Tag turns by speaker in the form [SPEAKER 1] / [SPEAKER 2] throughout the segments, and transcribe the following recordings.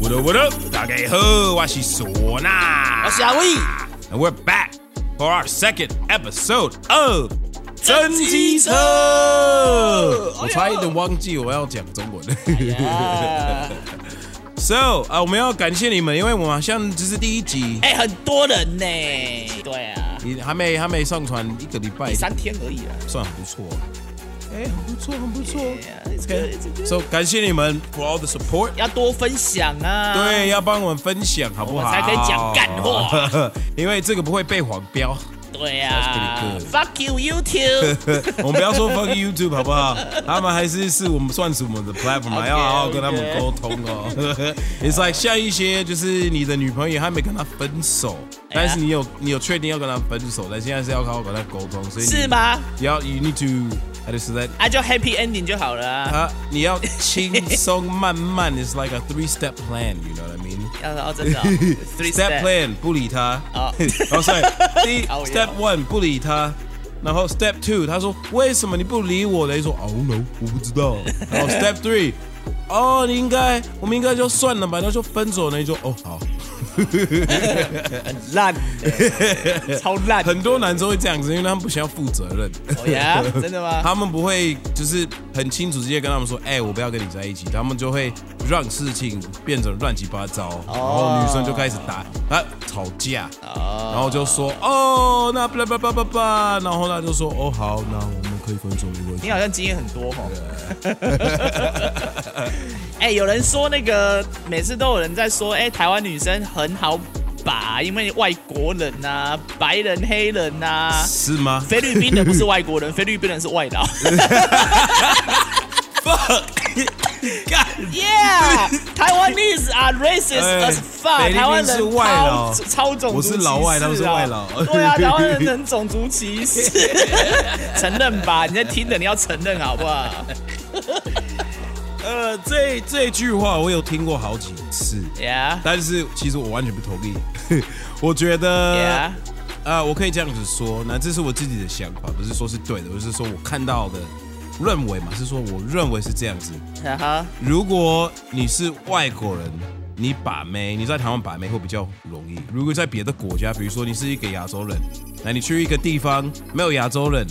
[SPEAKER 1] What up? What up? 大家好，我是唢呐
[SPEAKER 2] 我是阿威，
[SPEAKER 1] ，and we're back for our second episode of 真机车。我差一点忘记我要讲中文。
[SPEAKER 2] 哎
[SPEAKER 1] so 啊、我们要感谢你们，因为我们好像这是第一集，
[SPEAKER 2] 哎，很多人呢，对啊，
[SPEAKER 1] 你还没还没上传一个礼拜，
[SPEAKER 2] 三天而已啦。啊
[SPEAKER 1] 算很不错。哎，很不错，很不错。
[SPEAKER 2] Yeah, it's good, it's good.
[SPEAKER 1] So 感谢你们 for all the support。
[SPEAKER 2] 要多分享啊！
[SPEAKER 1] 对，，要帮我们分享好不好？
[SPEAKER 2] 我才可以讲干 话，
[SPEAKER 1] 因为这个不会被黄标。
[SPEAKER 2] 对
[SPEAKER 1] That's pretty
[SPEAKER 2] 啊
[SPEAKER 1] good.
[SPEAKER 2] ，Fuck you YouTube，
[SPEAKER 1] 我们不要说 fuck YouTube 好不好？他们还是是我们算是我们的 um, platform，嘛
[SPEAKER 2] OK，
[SPEAKER 1] 要好好跟他们
[SPEAKER 2] OK
[SPEAKER 1] 沟通哦。It's like 像一些就是你的女朋友还没跟他分手，但是你有你有确定要跟他分手，但现在是要好好跟他沟通，所以你
[SPEAKER 2] 是？吗？
[SPEAKER 1] 你要 you need to how to say that Uh,
[SPEAKER 2] 啊，就 Happy Ending 就好了啊。
[SPEAKER 1] 啊，你 要轻松慢慢，It's like a three step plan，you know what I mean？
[SPEAKER 2] 啊，哦，真 的哦，Three
[SPEAKER 1] Step
[SPEAKER 2] Step
[SPEAKER 1] plan 不理他，
[SPEAKER 2] 哦
[SPEAKER 1] 然后 sorry，第一
[SPEAKER 2] 靠腰
[SPEAKER 1] Step one 不理他，然后 Step two 他说为什么你不理我嘞？你说 Oh no，我不知 道。然后 Step three，哦，你应该，我们应该就算了吧，那就分手呢？你说哦好，
[SPEAKER 2] 烂 的，超烂的。
[SPEAKER 1] 很多男生会这样子，因为他们不想要负责任。
[SPEAKER 2] 哦 呀，真的吗？
[SPEAKER 1] 他们不会就是很清楚直接跟他们说，哎、我不要跟你在一起，他们就会让事情变成乱七八糟，
[SPEAKER 2] 哦
[SPEAKER 1] 然后女生就开始打啊吵架，然后就说哦那巴拉巴拉巴拉巴拉，然后他就说哦好，那我们可以分手没关系
[SPEAKER 2] 你。好像经验很多哦。 哎、有人说那个每次都有人在说，哎、台湾女生很好把，因为外国人呐、白人、黑人啊呐、
[SPEAKER 1] 是吗？
[SPEAKER 2] 菲律宾人不是 外国人，菲律宾人是外劳。
[SPEAKER 1] 干
[SPEAKER 2] Yeah，台湾 e s are racist
[SPEAKER 1] 哎
[SPEAKER 2] as fuck，、
[SPEAKER 1] 菲律宾
[SPEAKER 2] 台湾人
[SPEAKER 1] 是外劳
[SPEAKER 2] 超超种族
[SPEAKER 1] 我是老外
[SPEAKER 2] 歧视
[SPEAKER 1] 他们是
[SPEAKER 2] 啊
[SPEAKER 1] 外劳
[SPEAKER 2] 对啊，台湾人很种族歧视， 承认吧？你在听的，你要承认好不好
[SPEAKER 1] 呃，这这句话我有听过好几次，
[SPEAKER 2] ？Yeah，
[SPEAKER 1] 但是其实我完全不同意。我觉得
[SPEAKER 2] Yeah
[SPEAKER 1] 啊，我可以这样子说，那这是我自己的想法，不是说是对的，我是说我看到的认为嘛，是说我认为是这样子。
[SPEAKER 2] 哈哈。
[SPEAKER 1] 如果你是外国人，你把妹，你在台湾把妹会比较容易。如果在别的国家，比如说你是一个亚洲人，那你去一个地方没有亚洲人，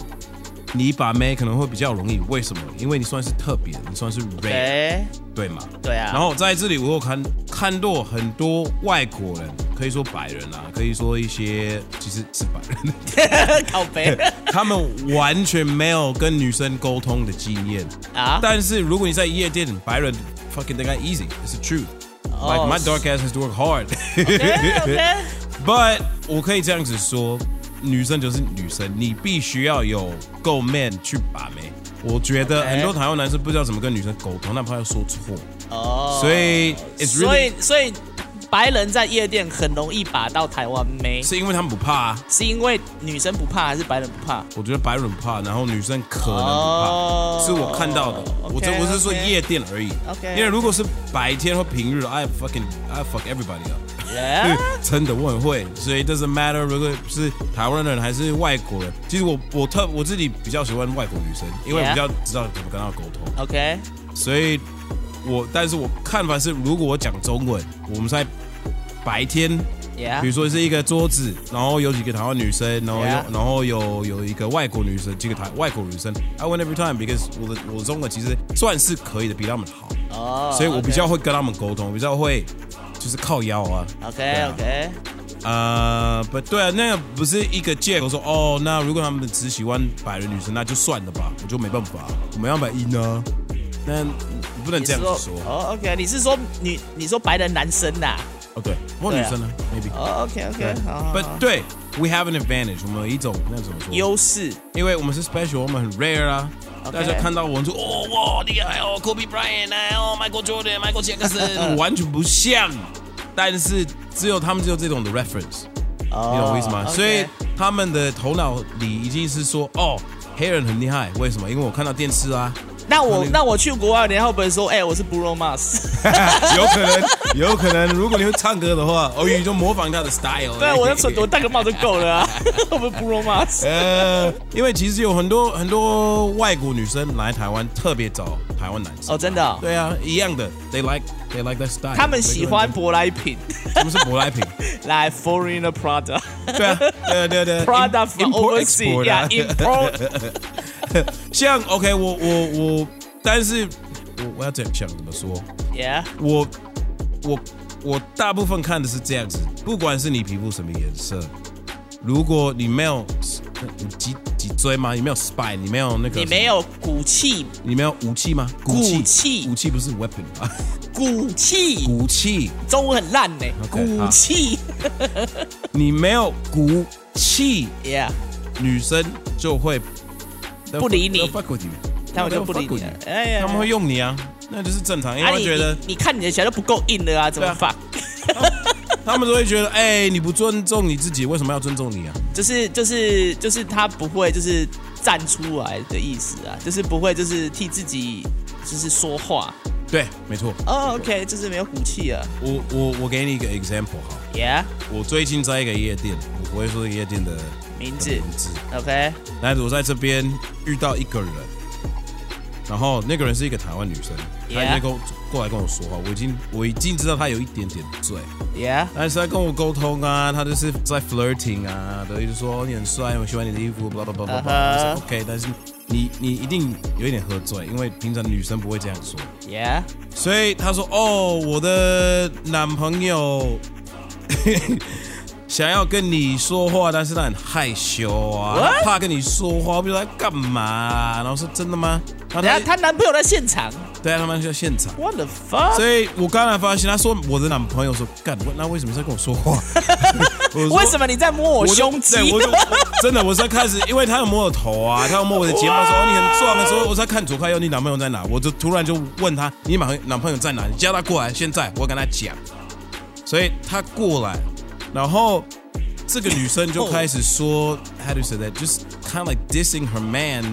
[SPEAKER 1] 你把妹可能会比较容易。为什么？因为你算是特别，你算是 rare，、
[SPEAKER 2] 哎、
[SPEAKER 1] 对吗？
[SPEAKER 2] 对啊，
[SPEAKER 1] 然后在这里，我有看看到很多外国人，可以说白人啊，可以说一些其实是白人，
[SPEAKER 2] 靠 背
[SPEAKER 1] 他们完全没有跟女生沟通的经验。
[SPEAKER 2] 啊，
[SPEAKER 1] 但是如果你在夜店，白人 fucking that guy easy, it's true. Like
[SPEAKER 2] Oh.
[SPEAKER 1] my dark ass has to work hard.
[SPEAKER 2] OK，
[SPEAKER 1] But 我可以这样子说，女生就是女生，你必须要有够 man 去把妹。我觉得
[SPEAKER 2] Okay
[SPEAKER 1] 很多台湾男生不知道怎么跟女生沟通，那怕要说错，
[SPEAKER 2] 哦，
[SPEAKER 1] 所以 it's
[SPEAKER 2] 所
[SPEAKER 1] really
[SPEAKER 2] 以所以白人在夜店很容易把到台湾妹，
[SPEAKER 1] 是因为他们不怕、啊。
[SPEAKER 2] 是因为女生不怕还是白人不怕？
[SPEAKER 1] 我觉得白人不怕，然后女生可能不怕
[SPEAKER 2] 哦
[SPEAKER 1] 是我看到的。我这
[SPEAKER 2] OK，
[SPEAKER 1] 我是说
[SPEAKER 2] OK
[SPEAKER 1] 夜店而已。
[SPEAKER 2] OK，
[SPEAKER 1] 因为如果是白天或平日，I fucking I fuck everybody up。
[SPEAKER 2] Yeah？
[SPEAKER 1] 真的我很会，所以 it doesn't matter 如果是台湾人还是外国人。其实我我特我自己比较喜欢外国女生，因为我
[SPEAKER 2] Yeah
[SPEAKER 1] 比较知道怎么跟她沟通。
[SPEAKER 2] OK，
[SPEAKER 1] 所以我但是我看法是，如果我讲中文，我们在白天。
[SPEAKER 2] Yeah
[SPEAKER 1] 比如说是一个桌子，然后有几个台湾女生，然后有
[SPEAKER 2] Yeah
[SPEAKER 1] 然后有有一个外国女生，几个台外国女生。I win every time because 我的我的中文其实算是可以的，比他们好，
[SPEAKER 2] 哦，
[SPEAKER 1] 所以我比较会跟他们沟通，比较会就是靠腰啊。对
[SPEAKER 2] OK
[SPEAKER 1] 啊
[SPEAKER 2] OK，
[SPEAKER 1] 呃，不对啊，那个不是一个借口说哦，那如果他们只喜欢白人女生，那就算了吧，我就没办法，我们要买一呢，那不能
[SPEAKER 2] 你
[SPEAKER 1] 这
[SPEAKER 2] 是
[SPEAKER 1] 样
[SPEAKER 2] 说
[SPEAKER 1] 子说哦，
[SPEAKER 2] 哦 OK，你是说你你说白人男生呐？
[SPEAKER 1] 对，或
[SPEAKER 2] 对
[SPEAKER 1] 女
[SPEAKER 2] 啊
[SPEAKER 1] 生呢，maybe，
[SPEAKER 2] 哦 OK OK，好，好
[SPEAKER 1] 不
[SPEAKER 2] 好
[SPEAKER 1] 对，we have an advantage，我们有一种那怎么说？
[SPEAKER 2] 优势
[SPEAKER 1] 因为我们是 special，我们很 rare 啊。
[SPEAKER 2] OK
[SPEAKER 1] 大家看到我们说哦哇好厉害哦，Kobe Bryant 啊，哦 Michael Jordan、Michael Jackson 完全不像，但是只有他们只有这种的 reference。
[SPEAKER 2] 哦
[SPEAKER 1] 你懂我意思吗？
[SPEAKER 2] OK
[SPEAKER 1] 所以他们的头脑里已经是说，哦，黑人很厉害，为什么？因为我看到电视啊，
[SPEAKER 2] 那我
[SPEAKER 1] 那个
[SPEAKER 2] 那我去国外，人家会不会说，哎、我是 Bruno Mars？
[SPEAKER 1] 有可能，有可能。如果你会唱歌的话，欧语就模仿他的 style。
[SPEAKER 2] 对啊， 我就我戴个帽就够了啊， 我不是 Bruno Mars。
[SPEAKER 1] 呃，因为其实有很多很多外国女生来台湾，特别找台湾男生。
[SPEAKER 2] 哦，真的哦、
[SPEAKER 1] 对啊，一样的，they like they like that style。
[SPEAKER 2] 他们喜欢舶来品，
[SPEAKER 1] 什么是舶来品？
[SPEAKER 2] 来 Foreigner Prada
[SPEAKER 1] 对啊，对啊对啊 对啊
[SPEAKER 2] Prada from
[SPEAKER 1] import
[SPEAKER 2] overseas，
[SPEAKER 1] export 啊
[SPEAKER 2] 呀 import
[SPEAKER 1] 像 OK，我我我，但是我我要怎想怎么说？
[SPEAKER 2] yeah
[SPEAKER 1] 我我我大部分看的是这样子，不管是你皮肤什么颜色，如果你没有你脊脊椎吗？你没有 spine，你没有那个，
[SPEAKER 2] 你没有骨气，
[SPEAKER 1] 你没有武器吗？
[SPEAKER 2] 骨
[SPEAKER 1] 器，
[SPEAKER 2] 气
[SPEAKER 1] 武器不是 weapon 吧？
[SPEAKER 2] 骨气，
[SPEAKER 1] 武器，
[SPEAKER 2] 中文很烂呢、
[SPEAKER 1] OK，好
[SPEAKER 2] 骨气
[SPEAKER 1] 你没有骨气，
[SPEAKER 2] ，yeah，
[SPEAKER 1] 女生就会
[SPEAKER 2] 不理你
[SPEAKER 1] fuck with you，
[SPEAKER 2] 他们就不理
[SPEAKER 1] They'll fuck
[SPEAKER 2] 你
[SPEAKER 1] with
[SPEAKER 2] 了
[SPEAKER 1] you，。
[SPEAKER 2] 哎呀，
[SPEAKER 1] 他们会用你啊，那就是正常，因为
[SPEAKER 2] 啊
[SPEAKER 1] 他
[SPEAKER 2] 你
[SPEAKER 1] 觉得
[SPEAKER 2] 你你看你的小就不够硬了啊，怎么
[SPEAKER 1] 对
[SPEAKER 2] fuck？
[SPEAKER 1] 他们都会觉得，哎，你不尊重你自己，为什么要尊重你啊？
[SPEAKER 2] 就是就是就是他不会就是站出来的意思啊，就是不会就是替自己就是说话。
[SPEAKER 1] 对，没错。
[SPEAKER 2] 哦、o k 就是没有骨气了
[SPEAKER 1] 我我我给你一个 example 好，
[SPEAKER 2] ，Yeah，
[SPEAKER 1] 我最近在一个夜店，我不会说夜店的
[SPEAKER 2] 名
[SPEAKER 1] 的
[SPEAKER 2] 字
[SPEAKER 1] 名字，
[SPEAKER 2] ，OK，
[SPEAKER 1] 但是我在这边遇到一个人，然后那个人是一个台湾女生，她
[SPEAKER 2] Yeah
[SPEAKER 1] 已经跟我过来跟我说话，我已经我已经知道她有一点点醉，
[SPEAKER 2] Yeah，
[SPEAKER 1] 但是她跟我沟通啊，她就是在 flirting 啊，等于就说哦你很帅，我喜欢你的衣服，blah blah blah blah，blah
[SPEAKER 2] 嗯哼
[SPEAKER 1] 我说 OK，但是你你一定有一点喝醉，因为平常女生不会这样说。
[SPEAKER 2] Yeah，
[SPEAKER 1] 所以他说：“哦，我的男朋友 想要跟你说话，但是他很害羞啊
[SPEAKER 2] What？
[SPEAKER 1] 怕跟你说话，不知道他干嘛、然后说：“真的吗？”然后
[SPEAKER 2] 等
[SPEAKER 1] 他
[SPEAKER 2] 下她男朋友在现场
[SPEAKER 1] 对他们就在现场。
[SPEAKER 2] ，What the fuck？
[SPEAKER 1] 所以我刚才发现，他说我的男朋友说：“干，那为什么在跟我说话？” 我说
[SPEAKER 2] 为什么你在摸我
[SPEAKER 1] 就
[SPEAKER 2] 胸肌
[SPEAKER 1] 对我就我真的，我才开始，因为他有摸我头啊，他有摸我的睫毛，说哦你很壮的时候，我才看左看右，你男朋友在哪？我就突然就问他，你男男朋友在哪？你叫他过来，现在我跟他讲。所以他过来，然后这个女生就开始说，How do you say that? Just kind of like dissing her man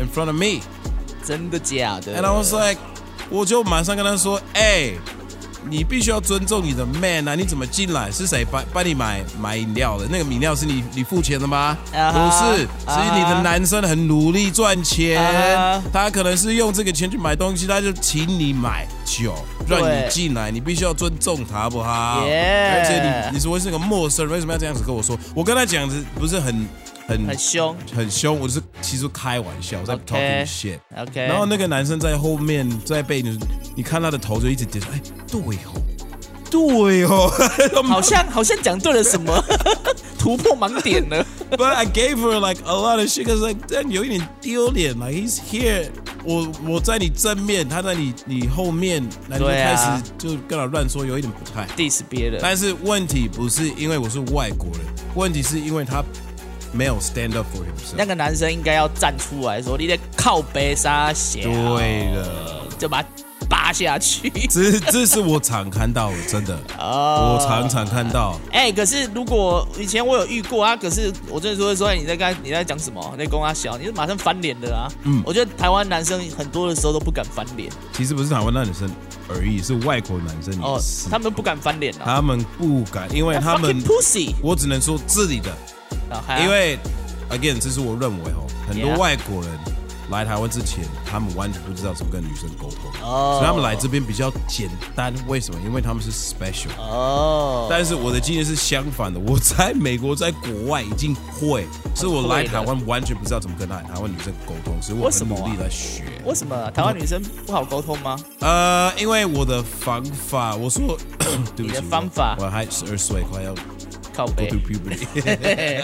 [SPEAKER 1] in front of me,
[SPEAKER 2] 真的假的
[SPEAKER 1] and I was like，我哎就马上跟他说，哎、你必须要尊重你的 man 啊！你怎么进来？是谁帮帮你买买饮料的？那个饮料是你你付钱的吗
[SPEAKER 2] 啊
[SPEAKER 1] 不
[SPEAKER 2] 哈
[SPEAKER 1] 是，
[SPEAKER 2] 啊
[SPEAKER 1] 是
[SPEAKER 2] 哈
[SPEAKER 1] 你的男生很努力赚钱
[SPEAKER 2] 啊哈
[SPEAKER 1] 他可能是用这个钱去买东西，他就请你买酒，让你
[SPEAKER 2] 对
[SPEAKER 1] 进来，你必须要尊重他，好不好
[SPEAKER 2] Yeah
[SPEAKER 1] 而且你你说是个陌生人，为什么要这样子跟我说？我跟他讲的不是很很
[SPEAKER 2] 很凶
[SPEAKER 1] 很凶，我是其实开玩笑，我在 talking
[SPEAKER 2] OK
[SPEAKER 1] shit。
[SPEAKER 2] ，OK，
[SPEAKER 1] 然后那个男生在后面在被你，你看他的头就一直点头，哎，对哦，对哦
[SPEAKER 2] 好像好像讲对了什么， 突破盲点了。
[SPEAKER 1] ，But I gave her like a lot of shit，cause like 但有一点丢脸，like he's here，我我在你正面，他在你你后面，然后就
[SPEAKER 2] 对
[SPEAKER 1] 开
[SPEAKER 2] 啊
[SPEAKER 1] 始就跟他乱说，有一点不太。
[SPEAKER 2] diss 别人，
[SPEAKER 1] 但是问题不是因为我是外国人，问题是因为他没有 stand up for himself。
[SPEAKER 2] 那个男生应该要站出来说：“你在靠背撒鞋。”啊
[SPEAKER 1] 对的。
[SPEAKER 2] 就把它扒下去。 呃
[SPEAKER 1] 这这是我常看到的，真的，我常常看到。
[SPEAKER 2] 哎、可是如果以前我有遇过啊，可是我真的说说哎你在干你在讲什么？在跟他小，你是马上翻脸的啊。
[SPEAKER 1] 嗯
[SPEAKER 2] 我觉得台湾男生很多的时候都不敢翻脸
[SPEAKER 1] 其实不是台湾那女生而已，是外国男生
[SPEAKER 2] 哦
[SPEAKER 1] 也是，，
[SPEAKER 2] 他们不敢翻脸啊。
[SPEAKER 1] 他们不敢，因为他
[SPEAKER 2] Fucking
[SPEAKER 1] 们，
[SPEAKER 2] pussy，
[SPEAKER 1] 我只能说自己的，
[SPEAKER 2] 啊还
[SPEAKER 1] 因为 again 这是我认为哦，很多
[SPEAKER 2] Yeah
[SPEAKER 1] 外国人来台湾之前，他们完全不知道怎么跟女生沟通，
[SPEAKER 2] 哦
[SPEAKER 1] 所以他们来这边比较简单。为什么？因为他们是 special。
[SPEAKER 2] 哦，
[SPEAKER 1] 但是我的经验是相反的，我在美国，在国外已经会，是我来台湾完全不知道怎么跟台台湾女生沟通，所以我
[SPEAKER 2] 为
[SPEAKER 1] 很
[SPEAKER 2] 什么
[SPEAKER 1] 努
[SPEAKER 2] 啊
[SPEAKER 1] 力在学。
[SPEAKER 2] 为什么啊台湾女生不好沟通吗？
[SPEAKER 1] 呃，Uh, 因为我的方法，我说， 对不起，
[SPEAKER 2] 你的方法
[SPEAKER 1] 我我还十二岁，快要
[SPEAKER 2] 靠
[SPEAKER 1] 过
[SPEAKER 2] 背
[SPEAKER 1] 度 puberty。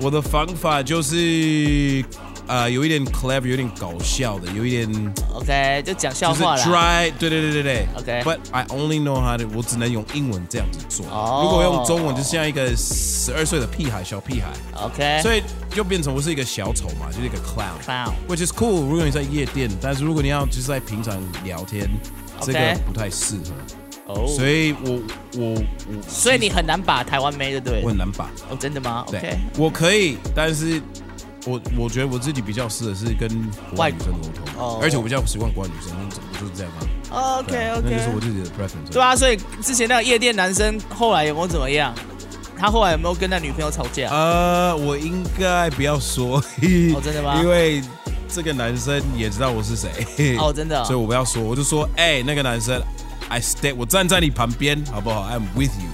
[SPEAKER 1] 我的方法就是，呃，有一点 clever，有点搞笑的，有一点就
[SPEAKER 2] ，OK，就讲笑
[SPEAKER 1] 是
[SPEAKER 2] 话啦。
[SPEAKER 1] dry，对对对对对。
[SPEAKER 2] OK
[SPEAKER 1] But I only know how to，我只能用英文这样子做。
[SPEAKER 2] 哦
[SPEAKER 1] 如果用中文，就像一个十二岁的屁孩，小屁孩，
[SPEAKER 2] OK，
[SPEAKER 1] 所以就变成我是一个小丑嘛，就是一个 clown。
[SPEAKER 2] 哎 clown
[SPEAKER 1] Which is cool，如果你在夜店，但是如果你要就是在平常聊天这
[SPEAKER 2] OK
[SPEAKER 1] 个不太适合。
[SPEAKER 2] 哦，
[SPEAKER 1] 所以我我
[SPEAKER 2] 所以你很难把台湾妹就对
[SPEAKER 1] 我
[SPEAKER 2] 了
[SPEAKER 1] 很难把。
[SPEAKER 2] 哦，真的吗
[SPEAKER 1] 对
[SPEAKER 2] ？OK，
[SPEAKER 1] 我可以，但是我我觉得我自己比较适合是跟国外女生沟通，
[SPEAKER 3] 哦
[SPEAKER 1] 而且我比较习惯国外女生，我就是这样啊。对
[SPEAKER 2] OK
[SPEAKER 1] 啊
[SPEAKER 2] OK，
[SPEAKER 1] 那就是我自己的 preference。
[SPEAKER 2] 对啊，所以之前那个夜店男生后来有没有怎么样？他后来有没有跟他女朋友吵架？
[SPEAKER 1] 呃，我应该不要说，哦
[SPEAKER 2] 真的吗
[SPEAKER 1] 因为这个男生也知道我是谁，
[SPEAKER 2] 哦真的哦
[SPEAKER 1] 所以我不要说，我就说，哎、那个男生，I stay，我站在你旁边，好不好？I'm with you 。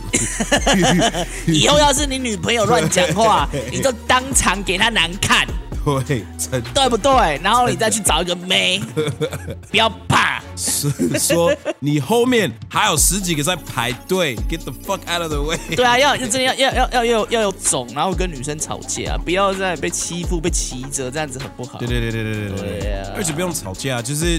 [SPEAKER 2] 以后要是你女朋友乱讲 话，你就当场给她难看，
[SPEAKER 1] 对，真
[SPEAKER 2] 对不对？然后你再去找一 个妹，不要怕。
[SPEAKER 1] 是说你后面还有十几个在排队，Get the fuck out of the way。
[SPEAKER 2] 对啊，要要真的要要要要有要有种，然后跟女生吵架，不要再被欺负、被骑着，这样子很不好。
[SPEAKER 1] 对对对对对对
[SPEAKER 2] 对啊
[SPEAKER 1] 而且不用吵架，就是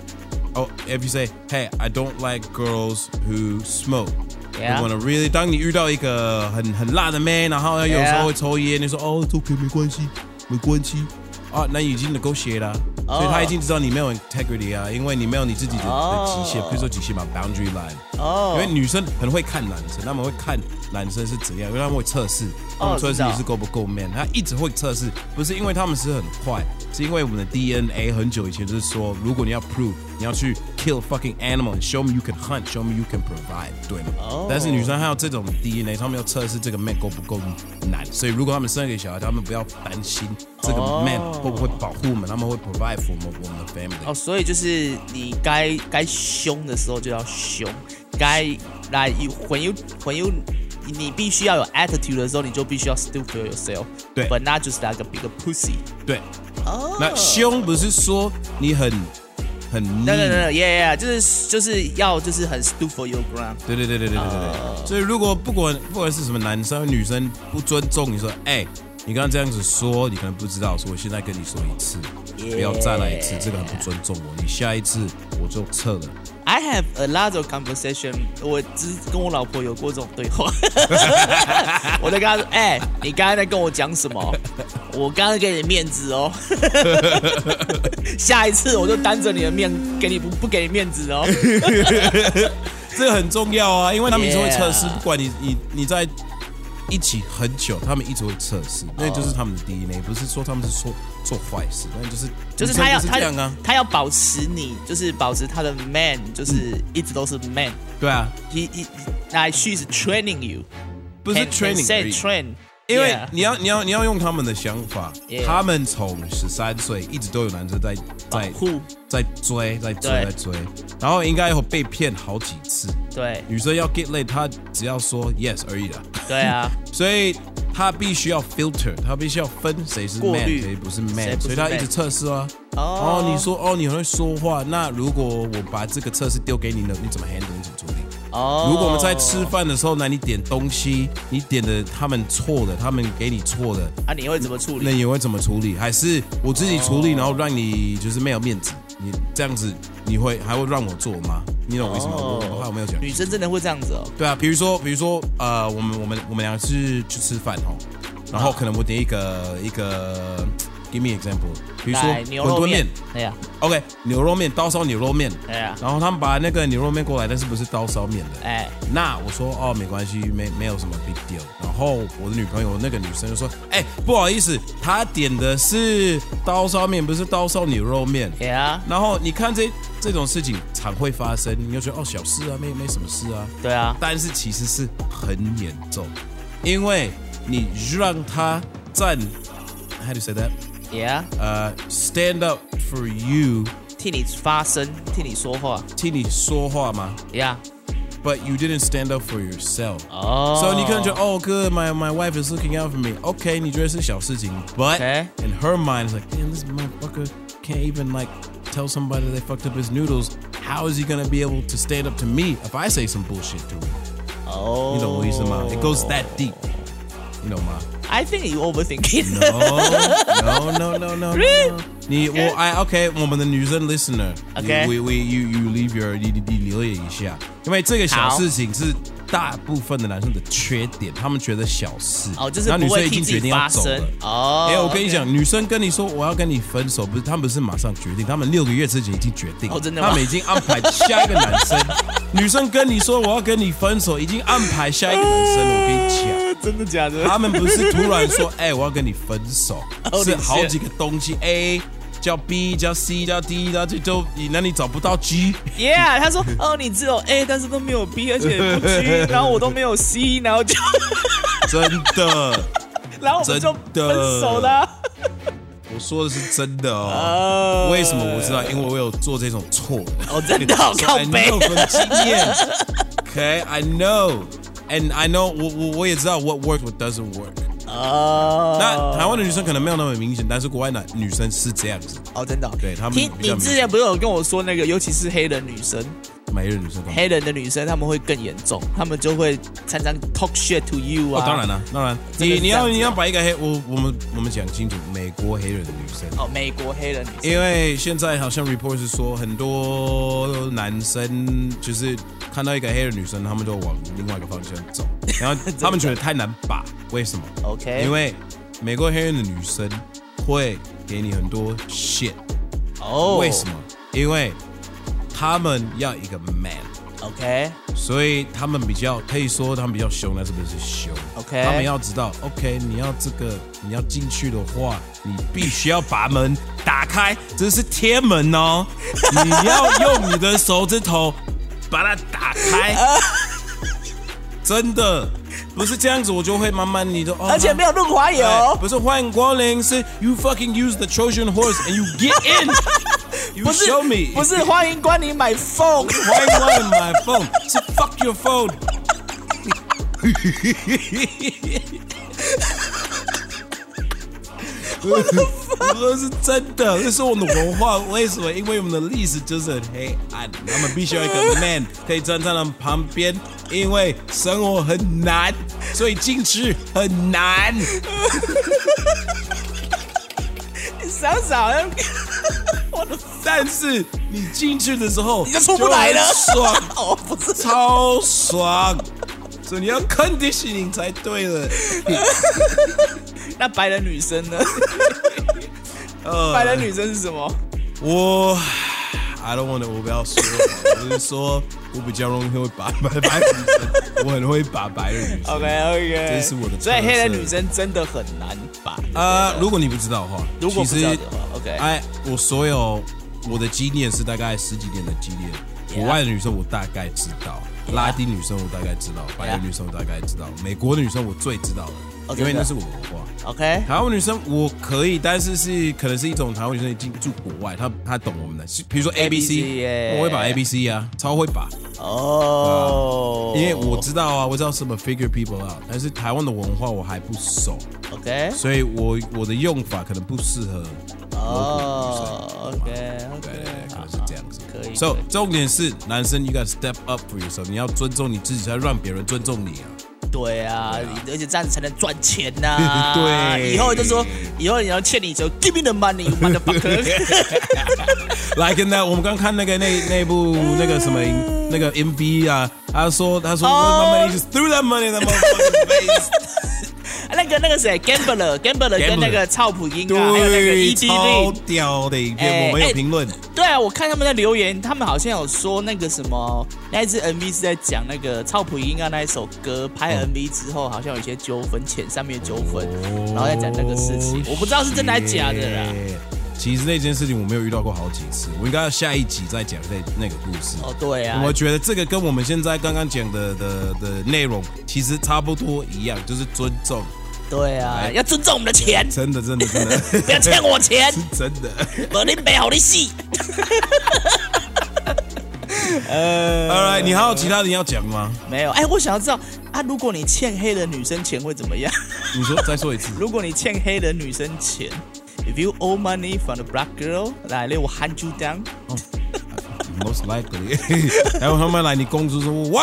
[SPEAKER 1] oh, if you say, "Hey, I don't like girls who smoke." You
[SPEAKER 2] Yeah.
[SPEAKER 1] uh, want to really 当你遇到一个很很辣的 man，然 uh, 后有时
[SPEAKER 2] Yeah.
[SPEAKER 1] 候会抽烟，你说哦，it's OK，没关系，没关系。啊，那已经 negotiate 了、所以
[SPEAKER 2] Oh.
[SPEAKER 1] 他已经知道你没有 integrity uh, 啊，因为你没有你自己的、
[SPEAKER 2] 哦
[SPEAKER 1] 的极限，比如说极限嘛，boundary
[SPEAKER 2] Oh.
[SPEAKER 1] line。因为
[SPEAKER 2] 哦，
[SPEAKER 1] 女生很会看男生，他们会看男生是怎样，因为他们会测试，他们测
[SPEAKER 2] 知
[SPEAKER 1] 试
[SPEAKER 2] 道
[SPEAKER 1] 你是够不够 man，他一直会测试，不是因为他们是很快，是因为我们的 DNA 很久以前就是说，如果你要 prove，你要去 kill fucking animal，show me you can hunt，show me you can provide，对吗
[SPEAKER 2] 哦
[SPEAKER 1] 但是女生还有这种 DNA，他们要测试这个 man 够不够难，所以如果他们生给小孩，他们不要担心这个
[SPEAKER 2] 哦
[SPEAKER 1] man 会不会保护我们，他们会 provide for 我们我们的 family。
[SPEAKER 2] 哦，所以就是你该该凶的时候就要凶，该来 you when you when you 你必须要有 attitude 的时候，你就必须要 stupid yourself。
[SPEAKER 1] 对
[SPEAKER 2] ，But not just like a big pussy。
[SPEAKER 1] 对，
[SPEAKER 2] 哦
[SPEAKER 1] 那凶不是说你很很 mean
[SPEAKER 2] 等等等等，yeah yeah，就是就是要就是很 stood for your ground。
[SPEAKER 1] 对对对对对对对
[SPEAKER 2] 哦
[SPEAKER 1] 对。所以如果不管不管是什么男生女生不尊重你说，哎、你刚刚这样子说，你可能不知道，所以我现在跟你说一次，不要再来一次，这个很不尊重我。你下一次我就撤了。
[SPEAKER 2] I have a lot of conversation，我只跟我老婆有过这种对 话。我在跟她说：“哎、你刚才在跟我讲什么？我刚刚给你面 子哦，下一次我就当着你的面给你不不给你面子哦。
[SPEAKER 1] 这个很重要啊，因为他们一直会测试
[SPEAKER 2] Yeah
[SPEAKER 1] 不管你你你在一起很久，他们一直会测试，
[SPEAKER 2] 哦
[SPEAKER 1] 那就是他们的 DNA，不是说他们是做做坏事，那就是”
[SPEAKER 2] 就是他要
[SPEAKER 1] 女生
[SPEAKER 2] 他
[SPEAKER 1] 这样啊，
[SPEAKER 2] 他要保持你，就是保持他的 man，就是一直都是 man。
[SPEAKER 1] 对啊，
[SPEAKER 2] He he like she's training you，
[SPEAKER 1] 不是 training，
[SPEAKER 2] say
[SPEAKER 1] 而已
[SPEAKER 2] train，
[SPEAKER 1] 因为
[SPEAKER 2] yeah
[SPEAKER 1] 你要你要你要用他们的想法
[SPEAKER 2] Yeah
[SPEAKER 1] 他们从十三岁一直都有男生在在
[SPEAKER 2] 保护
[SPEAKER 1] 在追在追
[SPEAKER 2] 对
[SPEAKER 1] 在追，然后应该有被骗好几次。
[SPEAKER 2] 对
[SPEAKER 1] 女生要 get laid，她只要说 yes 而已啦，
[SPEAKER 2] 对啊。
[SPEAKER 1] 所以她必须要 filter，她必须要分谁是
[SPEAKER 2] 过
[SPEAKER 1] man
[SPEAKER 2] 滤
[SPEAKER 1] 谁不是
[SPEAKER 2] 谁
[SPEAKER 1] man，
[SPEAKER 2] 不是
[SPEAKER 1] 所以她
[SPEAKER 2] man
[SPEAKER 1] 一直测试啊。
[SPEAKER 2] 哦
[SPEAKER 1] 哦，你说哦你很会说话，那如果我把这个测试丢给你呢，你怎么 handle？你怎么处理？
[SPEAKER 2] 哦，
[SPEAKER 1] 如果我们在吃饭的时候呢，你点东西，你点的他们错的，他们给你错的，
[SPEAKER 2] 啊，你会怎么处
[SPEAKER 1] 那
[SPEAKER 2] 理？
[SPEAKER 1] 你会怎么处理？还是我自己处理，然后让你就是没有面子？你这样子，你会还会让我做吗？你懂我意思吗？我我还有没有讲？
[SPEAKER 2] 女生真的会这样子哦。
[SPEAKER 1] 对啊，比如说，比如说，呃，我们我们我们两个是去吃饭哦，然后可能我点一个一个，give me example，比如说
[SPEAKER 2] 来，牛
[SPEAKER 1] 馄
[SPEAKER 2] 肉
[SPEAKER 1] 饨
[SPEAKER 2] 面
[SPEAKER 1] 面，
[SPEAKER 2] 哎呀，
[SPEAKER 1] ，OK，牛肉面，刀烧牛肉面，
[SPEAKER 2] 哎呀
[SPEAKER 1] 然后他们把那个牛肉面过来，但是不是刀烧面的，
[SPEAKER 2] 哎，
[SPEAKER 1] 那我说哦，没关系，没没有什么 big deal。然后我的女朋友那个女生就说，哎、不好意思，她点的是刀烧面，不是刀烧牛肉面。
[SPEAKER 2] 哎呀，
[SPEAKER 1] 然后你看这这种事情常会发生，你就觉得哦小事啊，没没什么事啊。
[SPEAKER 2] 对啊，
[SPEAKER 1] 但是其实是很严重，因为你让她站，how do you say that？
[SPEAKER 2] 哎呀，
[SPEAKER 1] 呃、s t a n d up for you，
[SPEAKER 2] 替你发声，替你说话，
[SPEAKER 1] 听你说话吗？
[SPEAKER 2] 哎呀，
[SPEAKER 1] but you didn't stand up for yourself.
[SPEAKER 2] Oh.
[SPEAKER 1] So you couldn't just, oh, good, my, my wife is looking out for me. Okay, 你觉得是小事情, but
[SPEAKER 2] Okay.
[SPEAKER 1] in her mind, it's like, damn, this motherfucker can't even like tell somebody they fucked up his noodles. How is he gonna be able to stand up to me if I say some bullshit to him?
[SPEAKER 2] 哦
[SPEAKER 1] You know, it goes that deep. You know, ma.
[SPEAKER 2] I think you overthinking.
[SPEAKER 1] No, no, no, no, no, no. 你我 I OK，我们的女生 listener，
[SPEAKER 2] OK
[SPEAKER 1] we we you you leave your 你你你留言一下，因为这个小
[SPEAKER 2] 好
[SPEAKER 1] 事情是大部分的男生的缺点，他们觉得小事，
[SPEAKER 2] 哦，就是
[SPEAKER 1] 然后女
[SPEAKER 2] 不
[SPEAKER 1] 生
[SPEAKER 2] 会
[SPEAKER 1] 已
[SPEAKER 2] 替
[SPEAKER 1] 经
[SPEAKER 2] 自
[SPEAKER 1] 决
[SPEAKER 2] 己
[SPEAKER 1] 定
[SPEAKER 2] 发
[SPEAKER 1] 要走
[SPEAKER 2] 声
[SPEAKER 1] 了。
[SPEAKER 2] 哦。
[SPEAKER 1] 哎、我跟你
[SPEAKER 2] OK
[SPEAKER 1] 讲，女生跟你说我要跟你分手，不是，她们不是马上决定，她们六个月之前已经决定了，
[SPEAKER 2] 哦真的吗
[SPEAKER 1] 她们已经安排下一个男 生。女生跟你说我要跟你分手，已经安排下一个男生了。我跟你讲，
[SPEAKER 2] 呃真的假的？
[SPEAKER 1] 他们不是突然说， 哎、我要跟你分手，
[SPEAKER 2] Oh,
[SPEAKER 1] 是
[SPEAKER 2] shit.
[SPEAKER 1] 好几个东西，A 叫 B 叫 C 叫 D，然后就就那你找不到 G，
[SPEAKER 2] Yeah，他说哦，你只有 A，但是都没有 B，而且也不 G，然后我都没有 C，然后就
[SPEAKER 1] 真的，
[SPEAKER 2] 然后我们就
[SPEAKER 1] 真的
[SPEAKER 2] 分手啦。
[SPEAKER 1] 我说的是真的哦。
[SPEAKER 2] 呃，
[SPEAKER 1] 为什么我知道？因为我有做这种错的。
[SPEAKER 2] 哦，真 的好
[SPEAKER 1] So
[SPEAKER 2] 靠
[SPEAKER 1] I
[SPEAKER 2] 背
[SPEAKER 1] know，from 经验。Okay, I know, and I know 我我我也知道 what works, what doesn't work。
[SPEAKER 2] 哦，
[SPEAKER 1] 那台湾的女生可能没有那么明显，但是国外的女生是这样子，
[SPEAKER 2] 哦，真的哦，
[SPEAKER 1] 对他们
[SPEAKER 2] 听
[SPEAKER 1] 比
[SPEAKER 2] 你
[SPEAKER 1] 较明
[SPEAKER 2] 之前不是有跟我说那个，尤其是黑人女生，
[SPEAKER 1] 每一个女生都。
[SPEAKER 2] 黑人的女生她们会更严重，她们就会常常 talk shit to you
[SPEAKER 1] 哦
[SPEAKER 2] 啊。，
[SPEAKER 1] 当然。了，当然，
[SPEAKER 2] 真的
[SPEAKER 1] 你
[SPEAKER 2] 是
[SPEAKER 1] 你
[SPEAKER 2] 这样
[SPEAKER 1] 要
[SPEAKER 2] 子啊
[SPEAKER 1] 你要把一个黑，我我们我们讲清楚，美国黑人的女生，
[SPEAKER 2] 哦，美国黑人女生。
[SPEAKER 1] 因为现在好像 report 是说很多男生就是看到一个黑人女生，他们就往另外一个方向 走，然后他们觉得太难把，为什么？
[SPEAKER 2] OK，
[SPEAKER 1] 因为美国黑人的女生会给你很多 shit，、
[SPEAKER 2] 哦，
[SPEAKER 1] 为什么？因为他们要一个 man，
[SPEAKER 2] ？OK，
[SPEAKER 1] 所以他们比较可以说他们比较凶，但是不是凶
[SPEAKER 2] OK
[SPEAKER 1] 他们要知道，OK，你要这个你要进去的话，你必须要把门打开，这是天门 哦，你要用你的手指头把它打开，真的不是这样子，我就会慢慢你的，哦、
[SPEAKER 2] 而且没有润滑油。
[SPEAKER 1] 哎不是欢迎光临，是 you fucking use the Trojan horse and you get in 。You
[SPEAKER 2] 不是
[SPEAKER 1] 哎 show me，
[SPEAKER 2] 不是，欢迎光临买 phone。
[SPEAKER 1] 欢迎光临 my phone，是 fuck your phone。我说是真的，这是我们的文化。为什么？因为我们的历史就是很黑暗，他们必须要一个 man 可以站在他们旁边，因为生活很难，所以进去很难。
[SPEAKER 2] 你想想，好像我的
[SPEAKER 1] 但是你进去的时候，你
[SPEAKER 2] 就出不来了
[SPEAKER 1] 爽，
[SPEAKER 2] 哦，不是，
[SPEAKER 1] 超爽。所以你要 conditioning 才对了。
[SPEAKER 2] 那白人女生呢？
[SPEAKER 1] 呃
[SPEAKER 2] 白人女生是什么？
[SPEAKER 1] 我 I don't want to，我不要说，我是说我比较容易会把白 白人女生，我很会把白人女生。
[SPEAKER 2] OK OK，
[SPEAKER 1] 这是我的特色
[SPEAKER 2] 所以黑人女生真的很难把
[SPEAKER 1] 呃，如果你不知道的话，
[SPEAKER 2] 如果不知道
[SPEAKER 1] 其
[SPEAKER 2] 的
[SPEAKER 1] 实
[SPEAKER 2] 话，OK
[SPEAKER 1] 哎，我所有我的经验是大概十几年的经验，国外的女生我大概知道，拉丁女生我大概知道，白人
[SPEAKER 2] Yeah
[SPEAKER 1] 女生我大概知道，美国女生我最知道了，
[SPEAKER 2] 哦
[SPEAKER 1] 因为
[SPEAKER 2] 真的
[SPEAKER 1] 那是我的文化。
[SPEAKER 2] OK
[SPEAKER 1] 台湾女生我可以，但是是可能是一种台湾女生已经住国外，她她懂我们的，是比如说 A B C，
[SPEAKER 2] ABC
[SPEAKER 1] 我会把 A B C 啊，超会把，
[SPEAKER 2] 哦，
[SPEAKER 1] 因为我知道啊，我知道什么 figure people out，但是台湾的文化我还不熟，
[SPEAKER 2] OK
[SPEAKER 1] 所以我我的用法可能不适合。
[SPEAKER 2] 哦 OK
[SPEAKER 1] 对
[SPEAKER 2] OK，
[SPEAKER 1] 对对，可能是这样子。
[SPEAKER 2] 可以
[SPEAKER 1] So
[SPEAKER 2] 可以
[SPEAKER 1] 重点是，男生 you got step up for yourself，你要尊重你自己，才让别人尊重你啊。。
[SPEAKER 2] 对啊，而且这样子才能赚钱呐
[SPEAKER 1] 对
[SPEAKER 2] 以后就说以后你要欠你就 give me the money，you motherfucker。
[SPEAKER 1] Like 那我们刚看那个那那部那个什么那个 MV 啊，他说他说
[SPEAKER 2] Oh.
[SPEAKER 1] my money just threw that money in the motherfucker's face。
[SPEAKER 2] 啊那个那个谁 gambler gambler
[SPEAKER 1] Gambler
[SPEAKER 2] 跟那个超普音啊，还有那个
[SPEAKER 1] 对，超
[SPEAKER 2] EDV。
[SPEAKER 1] 屌的影片，
[SPEAKER 2] 哎
[SPEAKER 1] 我们有
[SPEAKER 2] 哎
[SPEAKER 1] 评论。
[SPEAKER 2] 对啊，我看他们在留言，他们好像有说那个什么，那一支 MV 是在讲那个超普音啊那一首歌
[SPEAKER 1] 嗯
[SPEAKER 2] 拍 MV 之后，好像有一些纠纷，钱上面的纠纷，哎
[SPEAKER 1] 哦
[SPEAKER 2] 然后再讲那个事情，我不知道是真的还是假的啦。
[SPEAKER 1] Shit。其实那件事情我没有遇到过好几次，我应该要下一集再讲那那个故事。
[SPEAKER 2] 哦，对啊
[SPEAKER 1] 我，觉得这个跟我们现在刚刚讲的的的内容其实差不多一样，就是尊重，
[SPEAKER 2] 对啊，
[SPEAKER 1] 哎
[SPEAKER 2] 要尊重我们的钱，
[SPEAKER 1] 真的，真的，真的，
[SPEAKER 2] 不要 欠我钱，
[SPEAKER 1] 是真的。
[SPEAKER 2] 我你没好利息。
[SPEAKER 1] All right，你还有其他人要讲吗？
[SPEAKER 2] 没有，哎，我想要知道啊，如果你欠黑人女生钱会怎么样？
[SPEAKER 1] 你说再说一次。
[SPEAKER 2] 如果你欠黑人女生钱，If you owe money from the black girl，来，let 我 hunt you down。
[SPEAKER 1] Most likely，然 后他们来你公主说：“我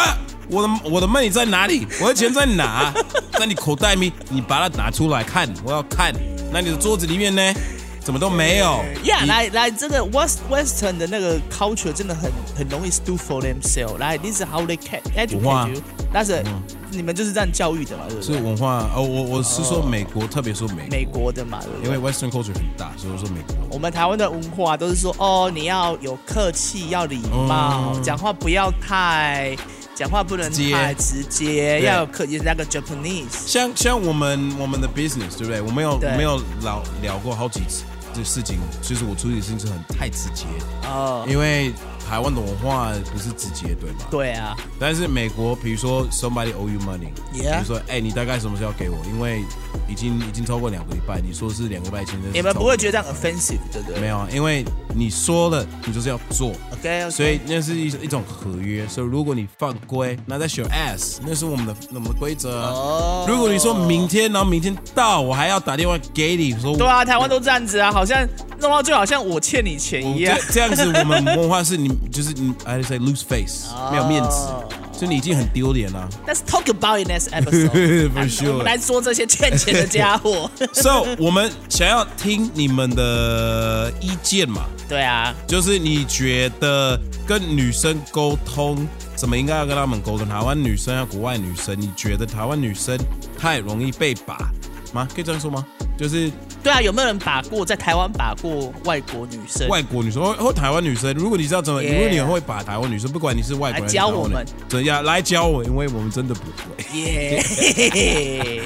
[SPEAKER 1] 我的我的 money 在哪里？我的钱在 哪？在你口袋里，你把它拿出来看，我要看。那你的桌子里面呢？怎么都没有。
[SPEAKER 2] Yeah，
[SPEAKER 1] 你
[SPEAKER 2] 来来，这个 West Western 的那个 culture 真的很很容易 stood for themselves。来，this is how they can
[SPEAKER 1] 文化
[SPEAKER 2] educate you。但是你们就是这样教育的嘛，对
[SPEAKER 1] 嗯
[SPEAKER 2] 不
[SPEAKER 1] 是
[SPEAKER 2] 对？
[SPEAKER 1] 文化哦，我我是说美国，特别说美
[SPEAKER 2] 美国的嘛，对不
[SPEAKER 1] 因
[SPEAKER 2] 对？
[SPEAKER 1] 为 Western culture 很大，所以我说美国。
[SPEAKER 2] 我们台湾的文化都是说，哦，你要有客气，要礼貌，
[SPEAKER 1] 嗯
[SPEAKER 2] 讲话不要太，讲话不能
[SPEAKER 1] 直接
[SPEAKER 2] 太直接，
[SPEAKER 1] 对
[SPEAKER 2] 要有客气，那个 Japanese。
[SPEAKER 1] 像像我们我们的 business 对不对？我们有
[SPEAKER 2] 对
[SPEAKER 1] 我们有聊聊过好几次这事情，其实我处理的事情是很太直接，
[SPEAKER 2] 哦，
[SPEAKER 1] 因为台湾的文化不是直接对吗？
[SPEAKER 2] 对啊，
[SPEAKER 1] 但是美国，比如说 somebody owe you money，比
[SPEAKER 2] Yeah
[SPEAKER 1] 如说哎、你大概什么时候要给我？因为已经已经超过两个礼拜，你说是两个礼拜前的，
[SPEAKER 2] 你们不会觉得这样 offensive，对不对？
[SPEAKER 1] 没有啊？因为你说了，你就是要做。
[SPEAKER 2] OK，
[SPEAKER 1] 所以那是一一种合约，所以如果你犯规，那在 s your ass，那是我们的我们的规则啊、
[SPEAKER 2] 哦
[SPEAKER 1] 如果你说明天，然后明天到，我还要打电话给你说我，
[SPEAKER 2] 对啊，台湾都这样子啊，好像弄到最好像我欠你钱
[SPEAKER 1] 我
[SPEAKER 2] 一样。
[SPEAKER 1] 这这样子我们文化是你就是你，I say lose face，、没有面子
[SPEAKER 2] 哦，
[SPEAKER 1] 所以你已经很丢脸啊了。
[SPEAKER 2] Let's talk about it next episode
[SPEAKER 1] 不
[SPEAKER 2] 啊。
[SPEAKER 1] sure
[SPEAKER 2] 我们来说这些欠钱的家 伙。
[SPEAKER 1] So 我们想要听你们的意见嘛，
[SPEAKER 2] 对啊，
[SPEAKER 1] 就是你觉得跟女生沟通怎么应该要跟他们沟通？台湾女生啊，国外女生，你觉得台湾女生太容易被把吗？可以这样说吗？就是
[SPEAKER 2] 对啊，有没有人把过在台湾把过外国女生？
[SPEAKER 1] 外国女生或或台湾女生，如果你知道怎么
[SPEAKER 2] Yeah
[SPEAKER 1] 如果你很会把台湾女生，不管你是外国人还是
[SPEAKER 2] 来教
[SPEAKER 1] 台湾
[SPEAKER 2] 我们
[SPEAKER 1] 人，怎样来教我？因为我们真的不会。
[SPEAKER 2] 耶，嘿嘿嘿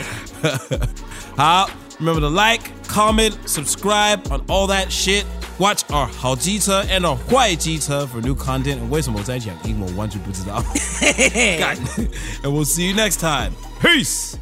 [SPEAKER 1] 好，remember to like, comment, subscribe on all that shit. Watch our 好机车 and our 坏机车 for new content. 为什么我在讲英文，我完全不知道。
[SPEAKER 2] 嘿嘿嘿。
[SPEAKER 1] 干 and we'll see you next time. Peace.